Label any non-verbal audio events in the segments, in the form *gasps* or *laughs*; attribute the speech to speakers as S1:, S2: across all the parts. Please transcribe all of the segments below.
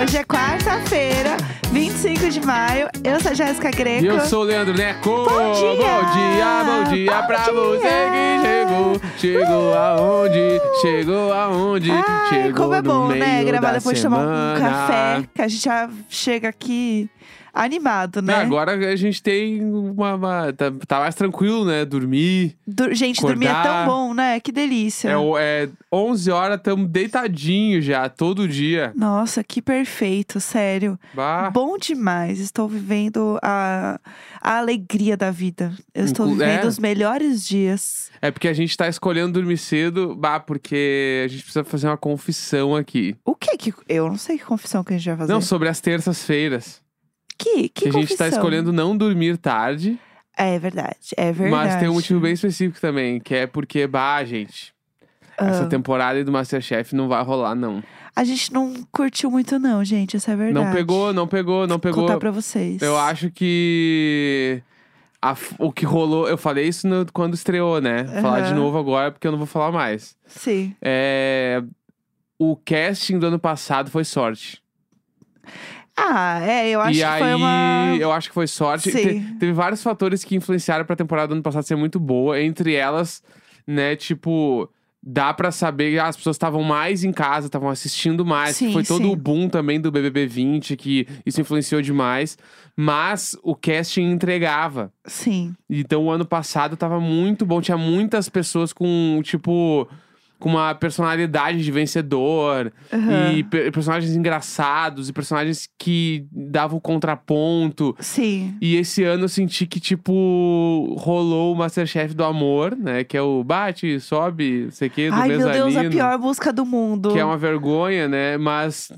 S1: Hoje é quarta-feira, 25 de maio. Eu sou a Jéssica Greco.
S2: E eu sou o Leandro Neco.
S1: Bom dia!
S2: bom dia, bom dia
S1: Bom
S2: pra
S1: dia! Uh!
S2: você que chegou. Chegou aonde? Chegou aonde?
S1: Ai,
S2: chegou
S1: como é
S2: no
S1: bom, né?
S2: meio
S1: Gravar
S2: da
S1: depois de tomar
S2: semana.
S1: um café, que a gente já chega aqui animado, né?
S2: Agora a gente tem uma. uma- tá, tá mais tranquilo, né? Dormir.
S1: Du- gente, dormir é tão
S2: acordar.
S1: bom, né? Que delícia.
S2: É, o- é 11 horas, estamos deitadinhos já, todo dia.
S1: Nossa, que perfeito, sério.
S2: Bah.
S1: Bom demais. Estou vivendo a, a alegria da vida. Eu estou
S2: É.
S1: vivendo os melhores dias.
S2: É porque a gente tá escolhendo dormir cedo, bah, porque a gente precisa fazer uma confissão aqui.
S1: O que que. Eu não sei que confissão que a gente vai fazer.
S2: Não, sobre as terças-feiras.
S1: que, que
S2: a gente tá
S1: confissão?
S2: escolhendo não dormir tarde.
S1: É verdade, é verdade.
S2: Mas tem um motivo bem específico também, que é porque, bah, gente,
S1: Ah,
S2: essa temporada aí do Masterchef não vai rolar, não.
S1: A gente não curtiu muito, não, gente. Essa é a verdade.
S2: Não pegou, não pegou, não
S1: Vou
S2: pegou.
S1: contar pra vocês.
S2: Eu acho que a f- o que rolou, eu falei isso no- quando estreou, né? Vou Falar
S1: Aham.
S2: de novo agora, porque eu não vou falar mais.
S1: Sim.
S2: É, O casting do ano passado foi sorte.
S1: Ah, é, eu acho
S2: e
S1: que
S2: aí,
S1: foi uma.
S2: eu acho que foi sorte.
S1: Sim.
S2: Te- teve vários fatores que influenciaram pra temporada do ano passado ser muito boa. Entre elas, né, tipo, dá pra saber que as pessoas estavam mais em casa, estavam assistindo mais. que
S1: Sim,
S2: foi todo
S1: sim.
S2: o boom também do BBB 20, que isso influenciou demais. Mas o casting entregava.
S1: Sim.
S2: Então, o ano passado tava muito bom. Tinha muitas pessoas com, tipo, com uma personalidade de vencedor
S1: aham.
S2: e pe- personagens engraçados e personagens que davam contraponto.
S1: Sim.
S2: E esse ano eu senti que, tipo, rolou o Masterchef do Amor, né? Que é o bate, sobe, não sei o quê, do
S1: Ai, meu
S2: mezanino.
S1: Deus, a pior música do mundo.
S2: Que é uma vergonha, né? Mas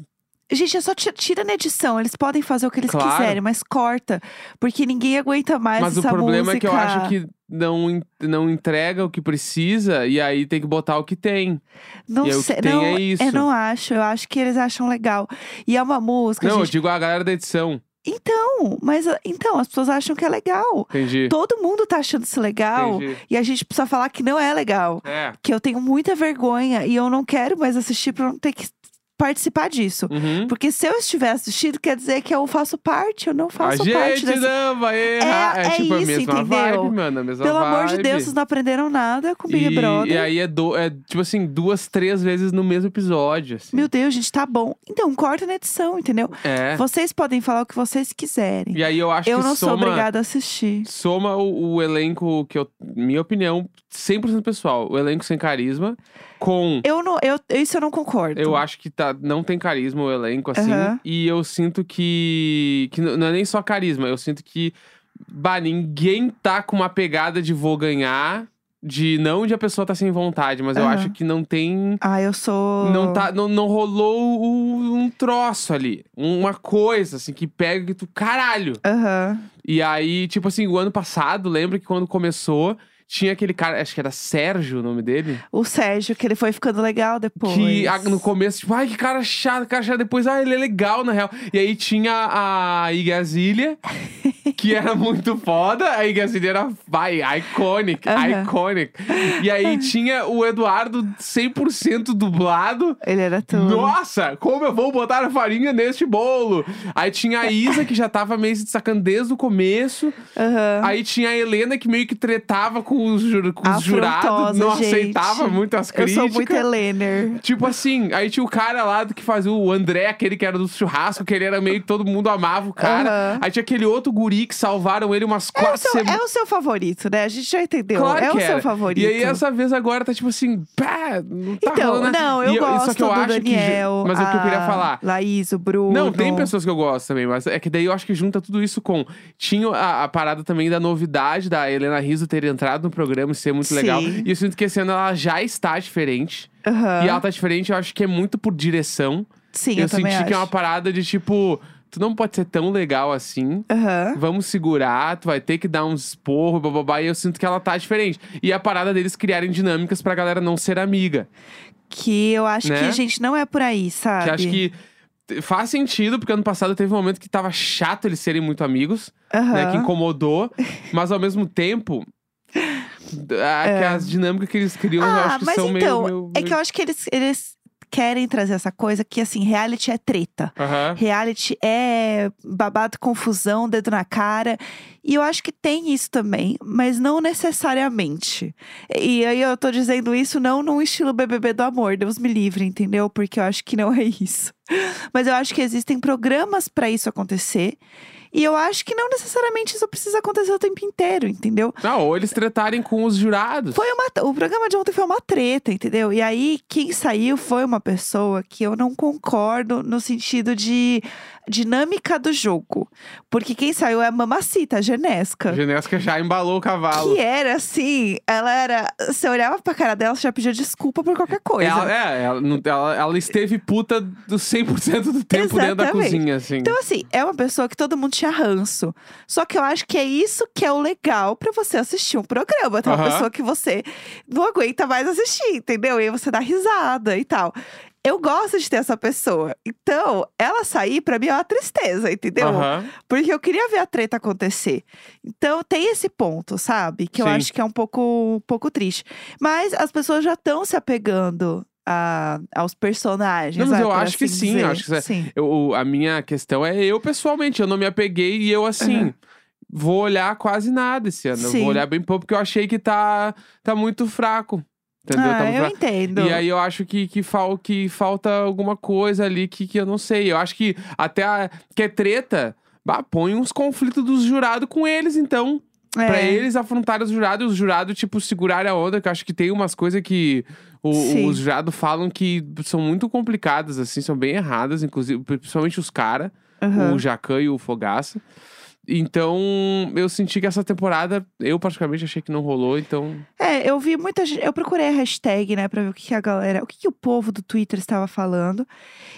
S1: Gente, é só ti- tira na edição. Eles podem fazer o que eles
S2: Claro.
S1: quiserem, mas corta. Porque ninguém aguenta mais
S2: Mas o
S1: essa
S2: problema
S1: música.
S2: é que eu acho que não, en- não entrega o que precisa e aí tem que botar o que tem.
S1: Não
S2: e aí o que
S1: sei.
S2: tem
S1: não,
S2: é isso.
S1: Eu não acho. Eu acho que eles acham legal. E é uma música,
S2: não, eu
S1: gente.
S2: digo a galera da edição.
S1: Então, mas ah, então, as pessoas acham que é legal.
S2: Entendi.
S1: Todo mundo tá achando isso legal.
S2: Entendi.
S1: E a gente precisa falar que não é legal.
S2: É.
S1: Que eu tenho muita vergonha e eu não quero mais assistir pra não ter que participar disso.
S2: Uhum.
S1: Porque se eu estiver assistindo, quer dizer que eu faço parte, eu não
S2: A
S1: faço parte
S2: gente
S1: desse.
S2: não vai errar.
S1: é
S2: tipo a
S1: isso,
S2: mesma
S1: entendeu?
S2: vibe, mano. A mesma
S1: Pelo
S2: vibe.
S1: amor de Deus, vocês não aprenderam nada com o Big
S2: e,
S1: Brother.
S2: e aí é, do- é, tipo assim, duas, três vezes no mesmo episódio. assim.
S1: Meu Deus, gente, tá bom. Então, corta na edição, entendeu?
S2: É.
S1: Vocês podem falar o que vocês quiserem.
S2: E aí eu acho
S1: eu
S2: que
S1: não sou
S2: soma,
S1: obrigada a assistir.
S2: soma o, o elenco que eu. Minha opinião, 100% pessoal. O elenco sem carisma. Com.
S1: Eu não, eu, isso eu não concordo.
S2: Eu acho que tá, não tem carisma o elenco, assim.
S1: Aham.
S2: E eu sinto que. que n- não é nem só carisma, eu sinto que. Bah, ninguém tá com uma pegada de vou ganhar. De não de a pessoa tá sem vontade, mas eu
S1: Aham.
S2: acho que não tem.
S1: Ah, eu sou.
S2: Não, tá, não, não rolou o- um troço ali. Um, Uma coisa, assim, que pega que tu. Caralho!
S1: Aham.
S2: E aí, tipo assim, o ano passado, lembra que quando começou, tinha aquele cara, acho que era Sérgio o nome dele,
S1: O Sérgio, que ele foi ficando legal depois.
S2: que ah, no começo, tipo, ai, que cara chato, cara chato. Depois, ah, ele é legal, na real. E aí tinha a Igazília, que era muito foda. A Igazília era, vai, iconic,
S1: Aham.
S2: iconic. E aí tinha o Eduardo 100% dublado.
S1: Ele era tudo.
S2: Nossa, como eu vou botar farinha neste bolo? Aí tinha a Isa, que já tava meio se destacando desde o começo.
S1: Aham.
S2: Aí tinha a Helena, que meio que tretava com os, jur- com os jurados,
S1: Afrontosa,
S2: não
S1: gente.
S2: aceitava muito as
S1: Eu
S2: críticas.
S1: sou muito Helener.
S2: Tipo assim, aí tinha o cara lá que fazia o André, aquele que era do churrasco, que ele era meio que todo mundo amava o cara.
S1: Aham.
S2: Aí tinha aquele outro guri que salvaram ele umas
S1: É o,
S2: quatro
S1: seu,
S2: semanas.
S1: é o seu favorito, né? A gente já entendeu.
S2: Claro
S1: é
S2: que
S1: o seu
S2: era.
S1: favorito.
S2: E aí, essa vez agora tá tipo assim, pá, não tá
S1: então,
S2: rolando, né?
S1: não, eu
S2: E
S1: gosto
S2: Só que eu
S1: do
S2: acho
S1: Daniel.
S2: que. Mas é o que eu queria
S1: a
S2: falar.
S1: Laís, o Bruno.
S2: Não, tem pessoas que eu gosto também, mas é que daí eu acho que junta tudo isso com. Tinha a, a parada também da novidade da Helena Rizzo ter entrado no programa e ser muito
S1: Sim.
S2: legal. E eu sinto que esse ano ela já está diferente.
S1: Aham.
S2: E ela tá diferente, eu acho que é muito por direção.
S1: Sim, eu,
S2: eu senti
S1: também
S2: que é uma
S1: acho.
S2: parada de tipo, tu não pode ser tão legal assim.
S1: Aham.
S2: Vamos segurar, tu vai ter que dar uns esporro, bababá, e eu sinto que ela tá diferente. E a parada deles criarem dinâmicas pra galera não ser amiga.
S1: Que eu acho
S2: Né?
S1: que, gente, não é por aí, sabe?
S2: Que acho que t- faz sentido, porque ano passado teve um momento que tava chato eles serem muito amigos,
S1: Aham.
S2: né? Que incomodou. Mas ao mesmo tempo. d- a- que as dinâmicas que eles criam, eu
S1: Ah,
S2: acho que
S1: mas
S2: são
S1: então,
S2: meio, meio-
S1: é que eu acho que eles, eles querem trazer essa coisa que, assim, reality é treta.
S2: Aham.
S1: Reality é babado, confusão, dedo na cara. E eu acho que tem isso também, mas não necessariamente. E aí eu tô dizendo isso não num estilo BBB do amor, Deus me livre, entendeu? Porque eu acho que não *laughs* é isso. Mas eu acho que existem programas pra isso acontecer. E eu acho que não necessariamente isso precisa acontecer o tempo inteiro, entendeu?
S2: Não, ou eles tretarem com os jurados.
S1: Foi uma, o programa de ontem foi uma treta, entendeu? E aí, quem saiu foi uma pessoa que eu não concordo no sentido de dinâmica do jogo. Porque quem saiu é a mamacita, a
S2: A
S1: Genesca.
S2: Genesca já embalou o cavalo.
S1: Que era assim, ela era. Você olhava pra cara dela, você já pedia desculpa por qualquer coisa.
S2: Ela, é, ela, não- ela- ela esteve puta do 100% do tempo dentro da
S1: Exatamente.
S2: cozinha, assim.
S1: Então, assim, é uma pessoa que todo mundo tinha ranço. Só que eu acho que é isso que é o legal pra você assistir um programa. Tem uma
S2: Aham.
S1: pessoa que você não aguenta mais assistir, entendeu? E aí você dá risada e tal. Eu gosto de ter essa pessoa. Então, ela sair, pra mim, é uma tristeza, entendeu?
S2: Aham.
S1: Porque eu queria ver a treta acontecer. Então tem esse ponto, sabe? Que eu
S2: Sim.
S1: acho que é um pouco, um pouco triste. Mas as pessoas já estão se apegando a- aos personagens.
S2: Não, mas
S1: vai,
S2: eu
S1: por
S2: acho que
S1: assim
S2: sim, eu
S1: dizer.
S2: acho que isso é-
S1: sim.
S2: Eu- o- a minha questão é eu pessoalmente, eu não me apeguei e eu assim. Vou olhar quase nada esse ano. Eu
S1: Sim.
S2: Vou olhar bem pouco, porque eu achei que tá, tá muito fraco. Entendeu?
S1: Ah,
S2: tá muito
S1: eu
S2: fraco.
S1: entendo.
S2: E aí eu acho que, que, fal, que falta alguma coisa ali que, que eu não sei. Eu acho que até a, que é treta, bah, põe uns conflitos dos jurados com eles, então.
S1: É.
S2: Pra eles afrontarem os jurados, os jurados, tipo, segurarem a onda, que eu acho que tem umas coisas que o-
S1: Sim.
S2: os jurados falam que são muito complicadas, assim, são bem erradas, inclusive, principalmente os caras,
S1: Aham.
S2: o Jacan e o Fogaça. Então, eu senti que essa temporada, eu particularmente achei que não rolou, então.
S1: É, eu vi muita gente. Eu procurei a hashtag, né, pra ver o que, que a galera. O que, que o povo do Twitter estava falando.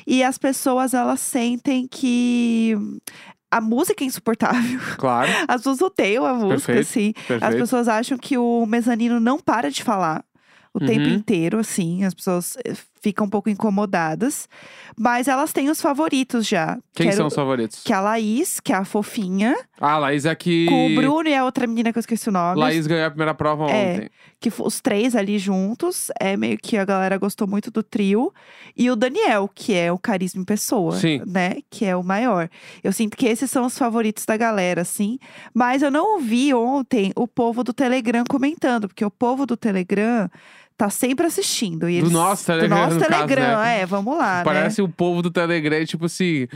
S1: E as pessoas, elas sentem que. A música é insuportável. *laughs*
S2: Claro,
S1: As pessoas odeiam a música,
S2: Perfeito.
S1: assim. As
S2: perfeito.
S1: pessoas acham que o mezanino não para de falar o
S2: Uhum.
S1: tempo inteiro, assim. As pessoas eh, ficam um pouco incomodadas. Mas elas têm os favoritos já.
S2: Quem
S1: Quero-
S2: são os favoritos?
S1: Que é a Laís, que é a fofinha.
S2: Ah, Laís aqui.
S1: Com o Bruno e a outra menina que eu esqueci o nome.
S2: Laís ganhou a primeira prova
S1: É.
S2: ontem.
S1: Que fo- os três ali juntos. É meio que a galera gostou muito do trio. E o Daniel, que é o carisma em pessoa.
S2: Sim.
S1: Né? Que é o maior. Eu sinto que esses são os favoritos da galera, assim. Mas eu não ouvi ontem o povo do Telegram comentando. Porque o povo do Telegram tá sempre assistindo. E
S2: Do
S1: eles-
S2: nosso Telegram,
S1: Do nosso
S2: no caso,
S1: Telegram,
S2: né?
S1: é. Vamos lá, né?
S2: Parece o povo do Telegram, tipo assim.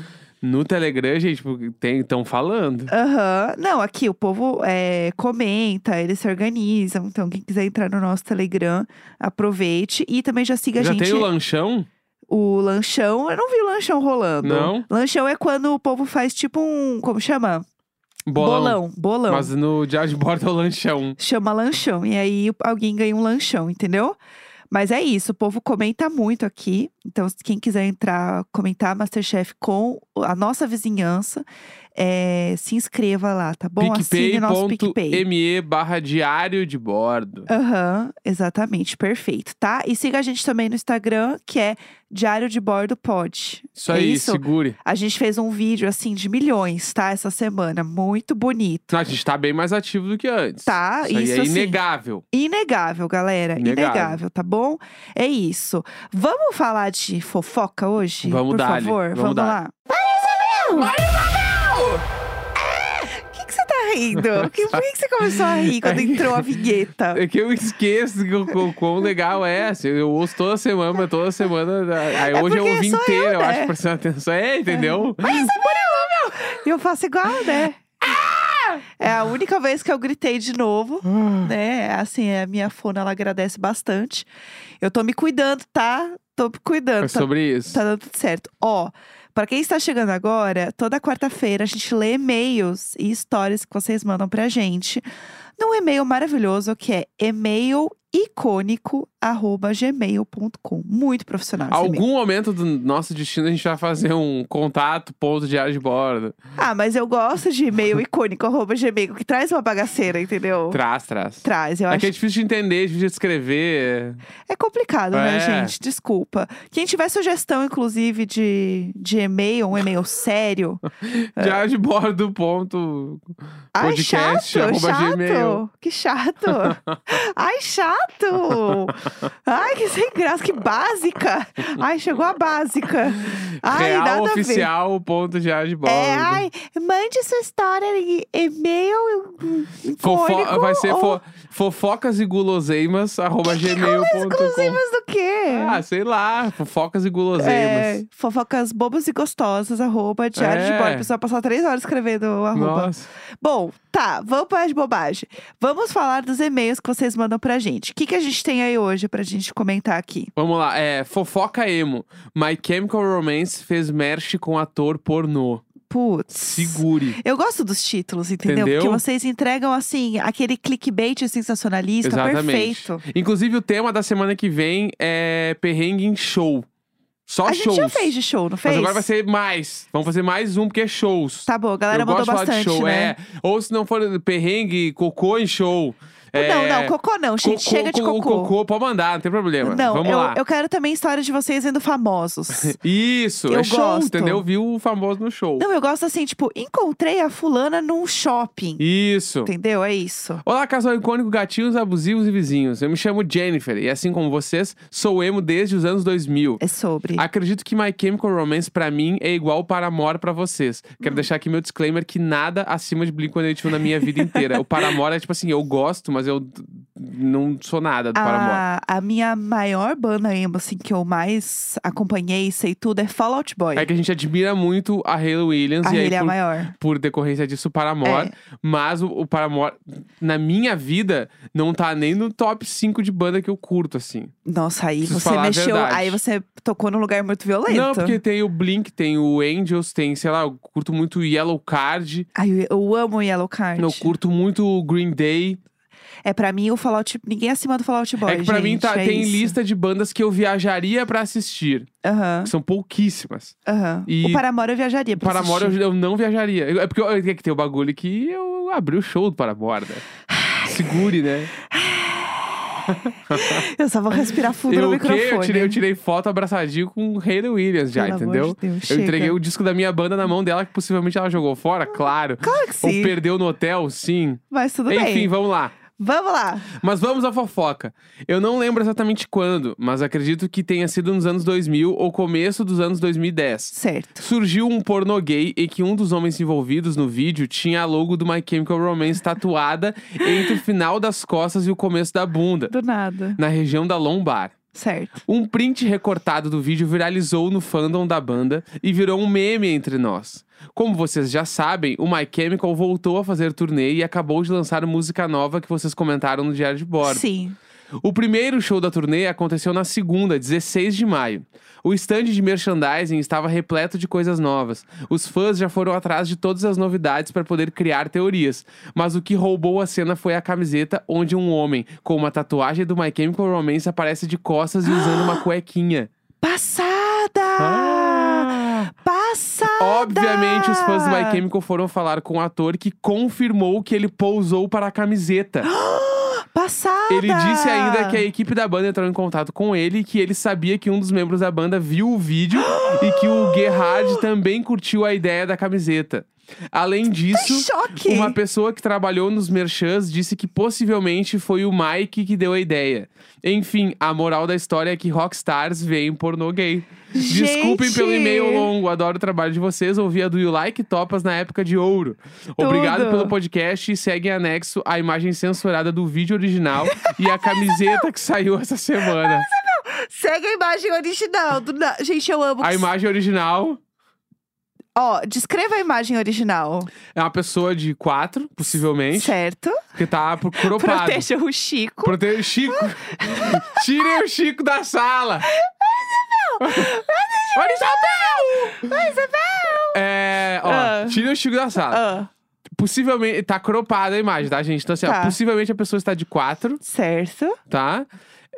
S2: No Telegram, gente, tipo, tem, estão falando.
S1: Aham. Não, aqui o povo é, comenta, eles se organizam. Então, quem quiser entrar no nosso Telegram, aproveite. E também já siga
S2: Já
S1: a gente.
S2: tem o lanchão?
S1: o lanchão. Eu não vi o lanchão rolando.
S2: Não?
S1: Lanchão é quando o povo faz tipo um. Como chama?
S2: Bolão.
S1: Bolão. bolão.
S2: Mas no Diário de Bordo é o lanchão.
S1: Chama lanchão. E aí alguém ganha um lanchão, entendeu? Mas é isso, o povo comenta muito aqui. Então, quem quiser entrar, comentar Masterchef com a nossa vizinhança, é, se inscreva lá, tá bom? Assine nosso PicPay.
S2: PicPay.me barra diário de bordo.
S1: Aham, exatamente, perfeito, tá? E siga a gente também no Instagram, que é Diário de Bordo Pod.
S2: Isso
S1: é
S2: aí,
S1: isso?
S2: segure.
S1: A gente fez um vídeo assim de milhões, tá? Essa semana, muito bonito.
S2: Não, a gente tá bem mais ativo do que antes.
S1: Tá,
S2: Isso, aí
S1: isso
S2: é
S1: assim.
S2: inegável.
S1: Inegável, galera,
S2: Inegável.
S1: inegável, tá bom? É isso. Vamos falar de fofoca hoje?
S2: Vamos
S1: por
S2: dar-lhe,
S1: favor,
S2: vamos
S1: vamos,
S2: dar-lhe.
S1: lá. Por que, que você tá
S2: *laughs*
S1: rindo? Que- por que, que você começou a rir quando entrou a vinheta?
S2: É que eu esqueço que o- o quão legal é. assim, Eu ouço toda semana, mas toda semana. da- Aí
S1: É
S2: hoje eu
S1: porque
S2: ouvi
S1: sou eu,
S2: inteiro, eu
S1: né?
S2: acho, prestando atenção. É, entendeu?
S1: Eu faço igual, né? É a única vez que eu gritei de novo,
S2: Ah.
S1: né? Assim, a minha fona, ela agradece bastante. Eu tô me cuidando, tá? Tô me
S2: É
S1: cuidando, tá
S2: sobre isso.
S1: Tá dando tudo certo. Ó, pra quem está chegando agora, toda quarta-feira a gente lê e-mails e histórias que vocês mandam pra gente num e-mail maravilhoso que é e-mailicônico@gmail.com. Muito profissional. esse e-mail.
S2: Algum momento do nosso destino a gente vai fazer um contato, ponto diário de bordo.
S1: Ah, mas eu gosto de e-mail icônico@gmail que traz uma bagaceira, entendeu?
S2: Traz, traz.
S1: Traz, eu
S2: é
S1: acho.
S2: que é difícil de entender, difícil de escrever.
S1: É complicado, né,
S2: É.
S1: gente? Desculpa. Quem tiver sugestão, inclusive, de, de e-mail, um e-mail sério, É.
S2: Diário de bordo, ponto.
S1: Ai,
S2: podcast,
S1: chato,
S2: arroba
S1: chato.
S2: *laughs* gmail.
S1: Que chato. Ai, chato. Ai, que sem graça, que básica. Ai, chegou a básica. Ai,
S2: Real
S1: nada a ver.
S2: oficial, ponto de ar de bola.
S1: É, ai, mande sua história em e-mail. icônico
S2: vai ser
S1: ou...
S2: fo- fofocas e guloseimas, arroba
S1: é
S2: gmail.com.
S1: Exclusivas do quê?
S2: Ah, sei lá, fofocas e
S1: é,
S2: guloseimas.
S1: fofocas bobas e gostosas, arroba, diário de
S2: É.
S1: bordo. Precisa passar três horas escrevendo o arroba.
S2: Nossa.
S1: Bom, tá, vamos para as bobagens. Vamos falar dos e-mails que vocês mandam pra gente. O que, que a gente tem aí hoje pra gente comentar aqui?
S2: Vamos lá, é, fofoca emo. My Chemical Romance fez merch com ator pornô.
S1: Putz.
S2: Segure.
S1: Eu gosto dos títulos, entendeu?
S2: Entendeu?
S1: Porque vocês entregam, assim, aquele clickbait sensacionalista,
S2: Exatamente.
S1: perfeito.
S2: Inclusive, o tema da semana que vem é perrengue em show. Só
S1: a gente
S2: shows.
S1: já fez de show, não fez?
S2: Mas agora vai ser mais. Vamos fazer mais um, porque é shows.
S1: Tá bom, a galera
S2: Eu
S1: mandou
S2: gosto de falar
S1: bastante,
S2: de show,
S1: né?
S2: é. Ou se não for perrengue, cocô em show.
S1: Não,
S2: É,
S1: não, cocô não, gente.
S2: cocô,
S1: chega de
S2: co-
S1: cocô.
S2: Cocô, pode mandar, não tem problema.
S1: Não,
S2: Vamos
S1: eu,
S2: lá.
S1: eu quero também história de vocês indo famosos.
S2: *laughs* Isso,
S1: eu
S2: é show,
S1: gosto.
S2: entendeu? Viu o famoso no show.
S1: não, eu gosto assim, tipo, encontrei a fulana num shopping.
S2: Isso.
S1: Entendeu? É isso.
S2: Olá, casal icônico, gatinhos, abusivos e vizinhos. Eu me chamo Jennifer e, assim como vocês, sou emo desde os anos 2000.
S1: É sobre.
S2: Acredito que My Chemical Romance pra mim é igual Paramore pra vocês. Quero deixar aqui meu disclaimer que nada acima de Blink-182 na minha vida inteira. o Paramore é tipo assim, eu gosto, mas eu d- não sou nada do Paramore.
S1: A, a minha maior banda emo, assim, que eu mais acompanhei e sei tudo é Fallout Boy.
S2: É que a gente admira muito a Hayley Williams
S1: a
S2: e aí
S1: Hayley é a
S2: por,
S1: maior. É.
S2: por decorrência disso o Paramore, mas o, o Paramore na minha vida não tá nem no top 5 de banda que eu curto assim.
S1: Nossa, aí
S2: Preciso
S1: você
S2: falar a
S1: mexeu.
S2: verdade.
S1: Aí você tocou num lugar muito violento.
S2: Não, porque tem o Blink, tem o Angels, tem, sei lá, eu curto muito Yellow Card,
S1: Ai, eu, eu amo Yellow Card.
S2: eu curto muito o Green Day.
S1: É pra mim o Fallout. Ninguém acima do Fallout Boy.
S2: é que pra mim
S1: gente,
S2: tá,
S1: é
S2: tem
S1: isso.
S2: lista de bandas que eu viajaria pra assistir.
S1: Aham,
S2: São pouquíssimas.
S1: aham.
S2: E-
S1: O Paramore eu viajaria. Pra
S2: Paramore eu,
S1: assistir.
S2: eu não viajaria. É porque eu- tem que ter o bagulho que eu abri o show do Paramore, né? Segure, né?
S1: eu... só vou respirar fundo
S2: eu,
S1: no
S2: o quê?
S1: microfone.
S2: Eu tirei, eu tirei foto abraçadinho com o Hayley Williams já,
S1: Pelo amor
S2: entendeu?
S1: de Deus,
S2: eu
S1: chega.
S2: entreguei o disco da minha banda na mão dela, que possivelmente ela jogou fora, claro.
S1: Claro que
S2: Ou
S1: sim.
S2: perdeu no hotel, sim.
S1: Mas tudo
S2: Enfim,
S1: bem.
S2: vamos lá.
S1: Vamos lá.
S2: Mas vamos à fofoca. Eu não lembro exatamente quando, mas acredito que tenha sido nos anos 2000 ou começo dos anos 2010.
S1: Certo.
S2: Surgiu um pornô gay em que um dos homens envolvidos no vídeo tinha a logo do My Chemical Romance tatuada entre o final das costas e o começo da bunda,
S1: Do nada.
S2: na região da lombar.
S1: Certo.
S2: Um print recortado do vídeo viralizou no fandom da banda e virou um meme entre nós. Como vocês já sabem, o My Chemical voltou a fazer turnê e acabou de lançar música nova que vocês comentaram no Diário de Bordo.
S1: Sim.
S2: O primeiro show da turnê aconteceu na segunda, 16 de maio. O stand de merchandising estava repleto de coisas novas. Os fãs já foram atrás de todas as novidades para poder criar teorias. Mas o que roubou a cena foi a camiseta onde um homem com uma tatuagem do My Chemical Romance aparece de costas e usando uma cuequinha.
S1: Passada!
S2: Ah.
S1: Passada!
S2: Obviamente, os fãs do My Chemical foram falar com o ator que confirmou que ele pousou para a camiseta.
S1: Passada!
S2: Ele disse ainda que a equipe da banda entrou em contato com ele e que ele sabia que um dos membros da banda viu o vídeo *gasps* e que o Gerhard também curtiu a ideia da camiseta. Além disso,
S1: Choque!
S2: é uma pessoa que trabalhou nos merchans disse que possivelmente foi o Mike que deu a ideia. Enfim, a moral da história é que rockstars veem pornô gay. Desculpem
S1: Gente!
S2: pelo e-mail longo, adoro o trabalho de vocês. Ouvi a do You Like Topas na época de ouro. Obrigado
S1: Tudo.
S2: pelo podcast e segue em anexo a imagem censurada do
S1: *laughs*
S2: vídeo original e a camiseta que saiu essa semana.
S1: Segue a imagem original. do na- Gente, eu amo.
S2: A imagem original
S1: Ó, descreva a imagem original.
S2: é uma pessoa de quatro, possivelmente,
S1: Certo?
S2: que tá pro- cropado.
S1: Proteja o Chico.
S2: Prote... Chico.
S1: *laughs*
S2: Tirem o Chico da sala. Olha Isabel! É, ó,
S1: Ah.
S2: tirem o Chico da sala.
S1: Ah,
S2: Possivelmente, tá cropada a imagem, tá, gente? Então, assim, ó,
S1: Tá.
S2: possivelmente a pessoa está de quatro,
S1: certo.
S2: tá?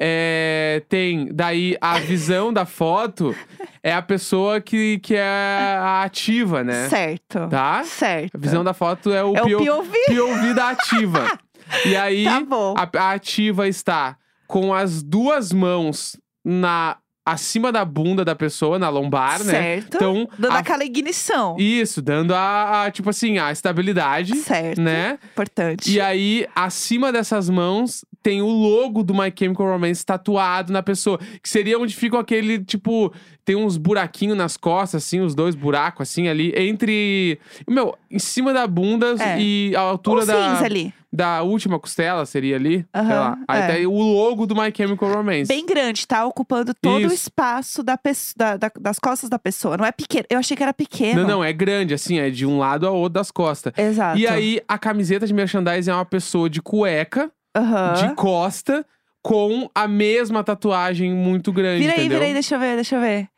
S2: É, tem, daí, a visão da foto é a pessoa que, que é a ativa, né?
S1: Certo.
S2: Tá?
S1: Certo.
S2: A visão da foto é o,
S1: é o
S2: PO
S1: POV.
S2: POV da ativa.
S1: *laughs*
S2: E aí,
S1: Tá bom.
S2: a, a ativa está com as duas mãos na acima da bunda da pessoa, na lombar, né?
S1: certo.
S2: Então,
S1: Dando
S2: a-
S1: aquela ignição.
S2: isso, dando a, a, tipo assim, a estabilidade,
S1: Certo.
S2: né?
S1: Importante.
S2: E aí, acima dessas mãos, tem o logo do My Chemical Romance tatuado na pessoa. Que seria onde fica aquele, tipo, tem uns buraquinhos nas costas, assim, os dois buracos, assim, ali, entre. Meu, em cima da bunda
S1: É.
S2: e a altura
S1: Um
S2: da,
S1: cinza ali.
S2: da última costela, seria ali. sei
S1: Aham,
S2: lá. Aí
S1: é.
S2: tem o logo do My Chemical Romance.
S1: Bem grande, tá? Ocupando todo
S2: Isso.
S1: o espaço da pesso- da- da- das costas da pessoa. Não é pequeno. Eu achei que era pequeno.
S2: Não, não, é grande, assim, é de um lado ao outro das costas.
S1: Exato.
S2: E aí, a camiseta de merchandising é uma pessoa de cueca,
S1: Aham.
S2: de costa, com a mesma tatuagem muito grande,
S1: Vira aí,
S2: entendeu?
S1: vira aí, deixa eu ver, deixa eu ver.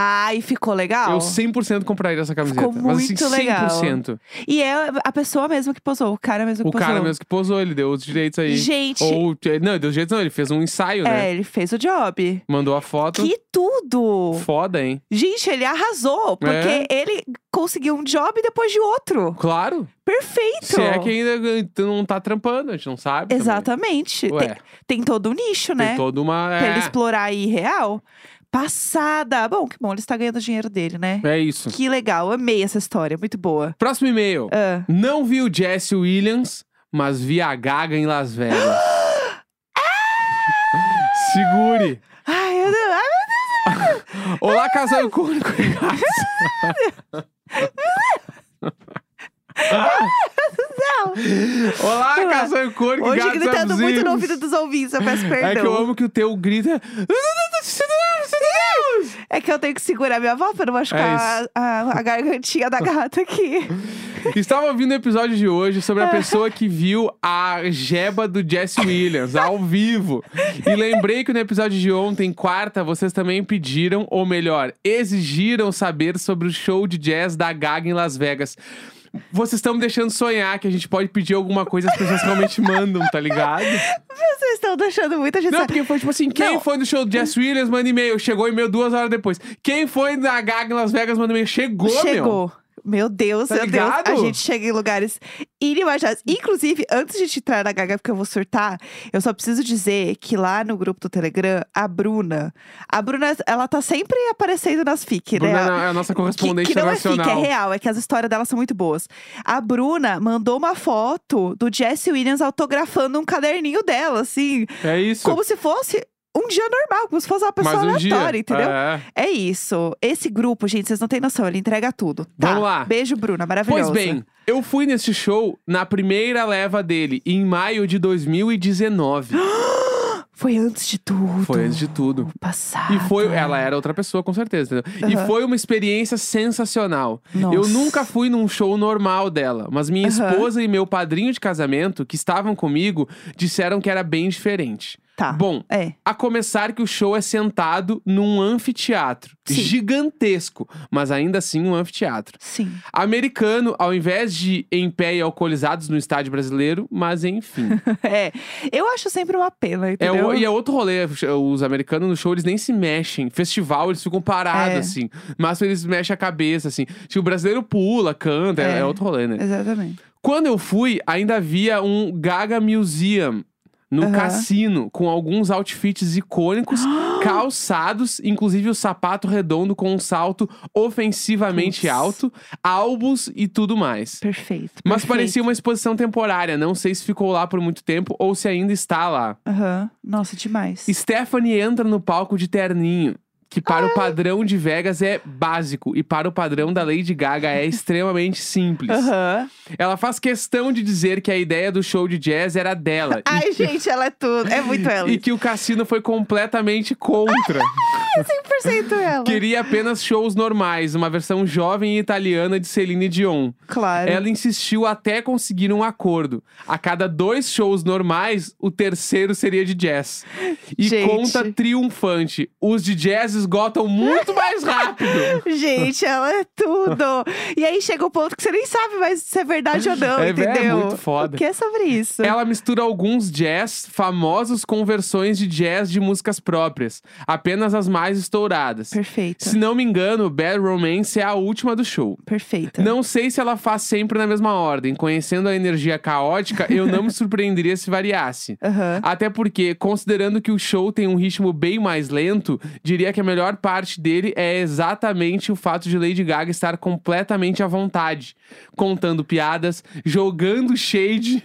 S1: Ai, ficou legal.
S2: Eu 100% compraria essa camiseta.
S1: Ficou
S2: mas assim,
S1: muito legal.
S2: 100%.
S1: E é a pessoa mesmo que posou, o cara mesmo que
S2: O
S1: posou.
S2: cara mesmo que posou, ele deu os direitos aí.
S1: Gente,
S2: Ou, eh, não, ele deu os direitos não, ele fez um ensaio, né?
S1: é, ele fez o job.
S2: Mandou a foto.
S1: Que tudo!
S2: Foda, hein?
S1: Gente, ele arrasou,
S2: É.
S1: porque ele conseguiu um job depois de outro.
S2: Claro.
S1: Perfeito!
S2: Se é que ainda não tá trampando, a gente não sabe. também.
S1: Exatamente.
S2: Ué,
S1: Tem, tem todo um nicho,
S2: tem
S1: né?
S2: toda uma.
S1: Pra ele
S2: É,
S1: explorar aí real. Passada! Bom, que bom, ele está ganhando dinheiro dele, né?
S2: é isso.
S1: Que legal, amei essa história, muito boa.
S2: Próximo e-mail.
S1: Ah.
S2: Não vi o Jesse Williams, mas vi a Gaga em Las Vegas.
S1: *gasps* É!
S2: Segure.
S1: Ai, meu Deus, ai,
S2: Olá, casal icônico e casa. Olá, casal icônico e
S1: Hoje
S2: gatos
S1: gritando muito no
S2: abusivos.
S1: ouvido dos ouvintes, eu peço perdão.
S2: *laughs* É que eu amo que o teu é- grita.
S1: tenho É que segurar minha avó pra não machucar
S2: É isso.
S1: a, a- a gargantinha da gata aqui.
S2: Estava ouvindo o episódio de hoje sobre a
S1: É.
S2: pessoa que viu a jeba do Jesse Williams ao vivo. E lembrei que no episódio de ontem, quarta, vocês também pediram, ou melhor, exigiram saber sobre o show de jazz da Gaga em Las Vegas. Vocês estão me deixando sonhar que a gente pode pedir alguma coisa e as pessoas realmente mandam, tá ligado?
S1: Vocês estão deixando muita gente.
S2: Não,
S1: saber.
S2: porque foi tipo assim, quem
S1: Não.
S2: foi no show do Jess Williams, manda e-mail. Chegou e-mail duas horas depois. Quem foi na Gaga em Las Vegas, manda e-mail. Chegou, meu.
S1: Chegou. Meu Deus,
S2: Tá
S1: meu Deus. A
S2: ligado?
S1: gente chega em lugares inimagináveis. Inclusive, antes de te entrar na Gaga, porque eu vou surtar, eu só preciso dizer que lá no grupo do Telegram, a Bruna. A Bruna, ela tá sempre aparecendo nas FIC, né?
S2: Bruna é a nossa correspondente
S1: que, que não é fique,
S2: nacional.
S1: é real, é que as histórias dela são muito boas. A Bruna mandou uma foto do Jesse Williams autografando um caderninho dela, assim,
S2: É isso.
S1: como se fosse um dia normal, como se fosse uma pessoa
S2: Mais um dia.
S1: aleatória, entendeu?
S2: É.
S1: É isso. Esse grupo, gente, vocês não têm noção, ele entrega tudo. Tá.
S2: Vamos lá.
S1: Beijo, Bruna,
S2: Pois
S1: maravilhosa.
S2: bem, eu fui nesse show na primeira leva dele, em maio
S1: *gasps*
S2: de 2019.
S1: Foi antes de tudo.
S2: foi antes de tudo.
S1: Passado.
S2: E foi, ela era outra pessoa, com certeza, entendeu? E
S1: Aham.
S2: foi uma experiência sensacional.
S1: Nossa.
S2: Eu nunca fui num show normal dela, mas minha
S1: Aham.
S2: esposa e meu padrinho de casamento, que estavam comigo, disseram que era bem diferente.
S1: Tá.
S2: Bom,
S1: É.
S2: A começar que o show é sentado num anfiteatro.
S1: Sim.
S2: Gigantesco, mas ainda assim um anfiteatro.
S1: Sim. *laughs*
S2: Americano, ao invés de em pé e alcoolizados no estádio brasileiro, mas enfim.
S1: *laughs* é. Eu acho sempre uma pena,
S2: É
S1: entendeu?
S2: o- e é outro rolê. Os americanos no show, eles nem se mexem. Festival, eles ficam parados,
S1: É.
S2: assim. Mas eles mexem a cabeça, assim. Tipo, o brasileiro pula, canta, é,
S1: É.
S2: é outro rolê, né?
S1: Exatamente.
S2: Quando eu fui, ainda havia um Gaga Museum no
S1: Aham.
S2: cassino, com alguns
S1: *gasps*
S2: outfits icônicos, calçados, inclusive o sapato redondo com um salto ofensivamente
S1: Putz.
S2: alto, álbuns e tudo mais.
S1: Perfeito.
S2: Mas
S1: perfeito.
S2: parecia uma exposição temporária, não sei se ficou lá por muito tempo ou se ainda está lá.
S1: Aham. Nossa, demais.
S2: Stephanie entra no palco de terninho. Que para
S1: Ah.
S2: o padrão de Vegas é básico e para o padrão da Lady Gaga é extremamente simples.
S1: Aham.
S2: Ela faz questão de dizer que a ideia do show de jazz era dela. e-
S1: Ai, gente, ela é tudo. É muito ela.
S2: E que o cassino foi
S1: *laughs*
S2: completamente contra.
S1: 100% ela.
S2: Queria apenas shows normais, uma versão jovem e italiana de Celine Dion.
S1: Claro.
S2: Ela insistiu até conseguir um acordo. A cada dois shows normais, o terceiro seria de jazz. E
S1: Gente.
S2: conta triunfante: os de jazz esgotam muito
S1: *laughs*
S2: mais rápido.
S1: Gente, ela é tudo. E aí chega o ponto que você nem sabe mais se é verdade ou não,
S2: É, é
S1: entendeu?
S2: muito foda.
S1: O que é sobre isso?
S2: Ela mistura alguns jazz famosos com versões de jazz de músicas próprias. Apenas as mais mais estouradas.
S1: Perfeita.
S2: Se não me engano, Bad Romance é a última do show.
S1: Perfeita.
S2: Não sei se ela faz sempre na mesma ordem. Conhecendo a energia caótica, eu não me surpreenderia se variasse.
S1: Aham.
S2: Até porque, considerando que o show tem um ritmo bem mais lento, diria que a melhor parte dele é exatamente o fato de Lady Gaga estar completamente à vontade, contando piadas, jogando shade,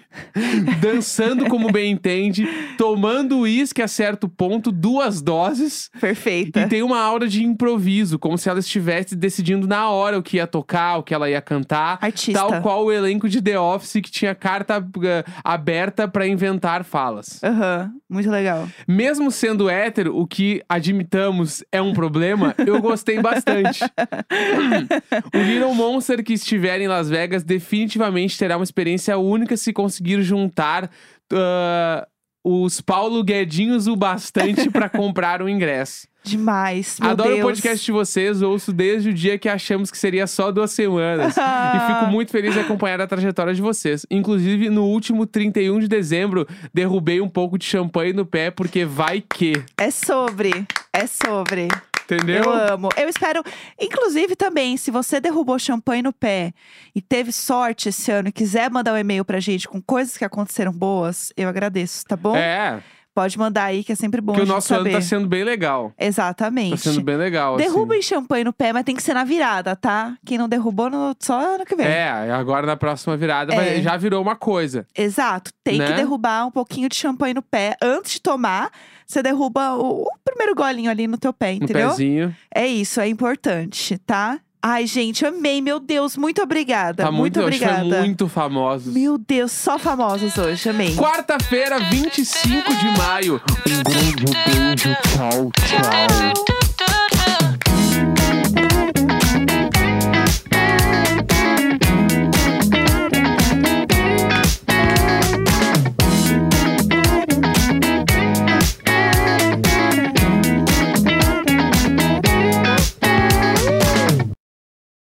S2: dançando como bem entende, tomando uísque a certo ponto, duas doses. E
S1: Perfeita.
S2: tem uma aura de improviso, como se ela estivesse decidindo na hora o que ia tocar, o que ela ia cantar.
S1: Artista.
S2: Tal qual o elenco de The Office que tinha carta eh, aberta pra inventar falas.
S1: Aham. Muito legal.
S2: Mesmo sendo hétero, o que admitamos é um problema, eu
S1: *laughs*
S2: gostei bastante. o Little Monster que estiver em Las Vegas definitivamente terá uma experiência única se conseguir juntar ah, os Paulo Guedinhos o
S1: *laughs*
S2: bastante pra comprar o ingresso.
S1: Demais. Meu
S2: Adoro
S1: Deus.
S2: o
S1: *laughs*
S2: podcast de vocês, ouço desde o dia que achamos que seria só duas semanas. e
S1: Ah.
S2: fico muito feliz em acompanhar a trajetória de vocês. Inclusive, no último 31 de dezembro, derrubei um pouco de champanhe no pé, porque vai que.
S1: É sobre. É sobre.
S2: Entendeu?
S1: Eu amo. Eu espero. Inclusive, também, se você derrubou champanhe no pé e teve sorte esse ano e quiser mandar um e-mail pra gente com coisas que aconteceram boas, eu agradeço, tá bom?
S2: é,
S1: Pode mandar aí, que é sempre bom.
S2: que
S1: a
S2: o
S1: gente
S2: nosso
S1: saber.
S2: ano tá sendo bem legal. Tá
S1: Exatamente.
S2: sendo bem legal.
S1: Derrubem
S2: assim.
S1: champanhe no pé, mas tem que ser na virada, tá? Quem não derrubou, no... só ano que vem.
S2: É, agora na próxima virada
S1: É.
S2: vai- já virou uma coisa.
S1: Exato. Tem
S2: Né?
S1: que derrubar um pouquinho de champanhe no pé antes de tomar. Você derruba o, o primeiro golinho ali no teu pé,
S2: Um
S1: entendeu?
S2: pezinho.
S1: É isso, é importante, tá? Ai, gente, amei, meu Deus, muito obrigada.
S2: Tá muito, a gente
S1: obrigada.
S2: foi muito famosos.
S1: Meu Deus, só famosos hoje, amei.
S2: Quarta-feira, 25 de maio. Um grande beijo. Tchau, tchau.
S1: Tchau.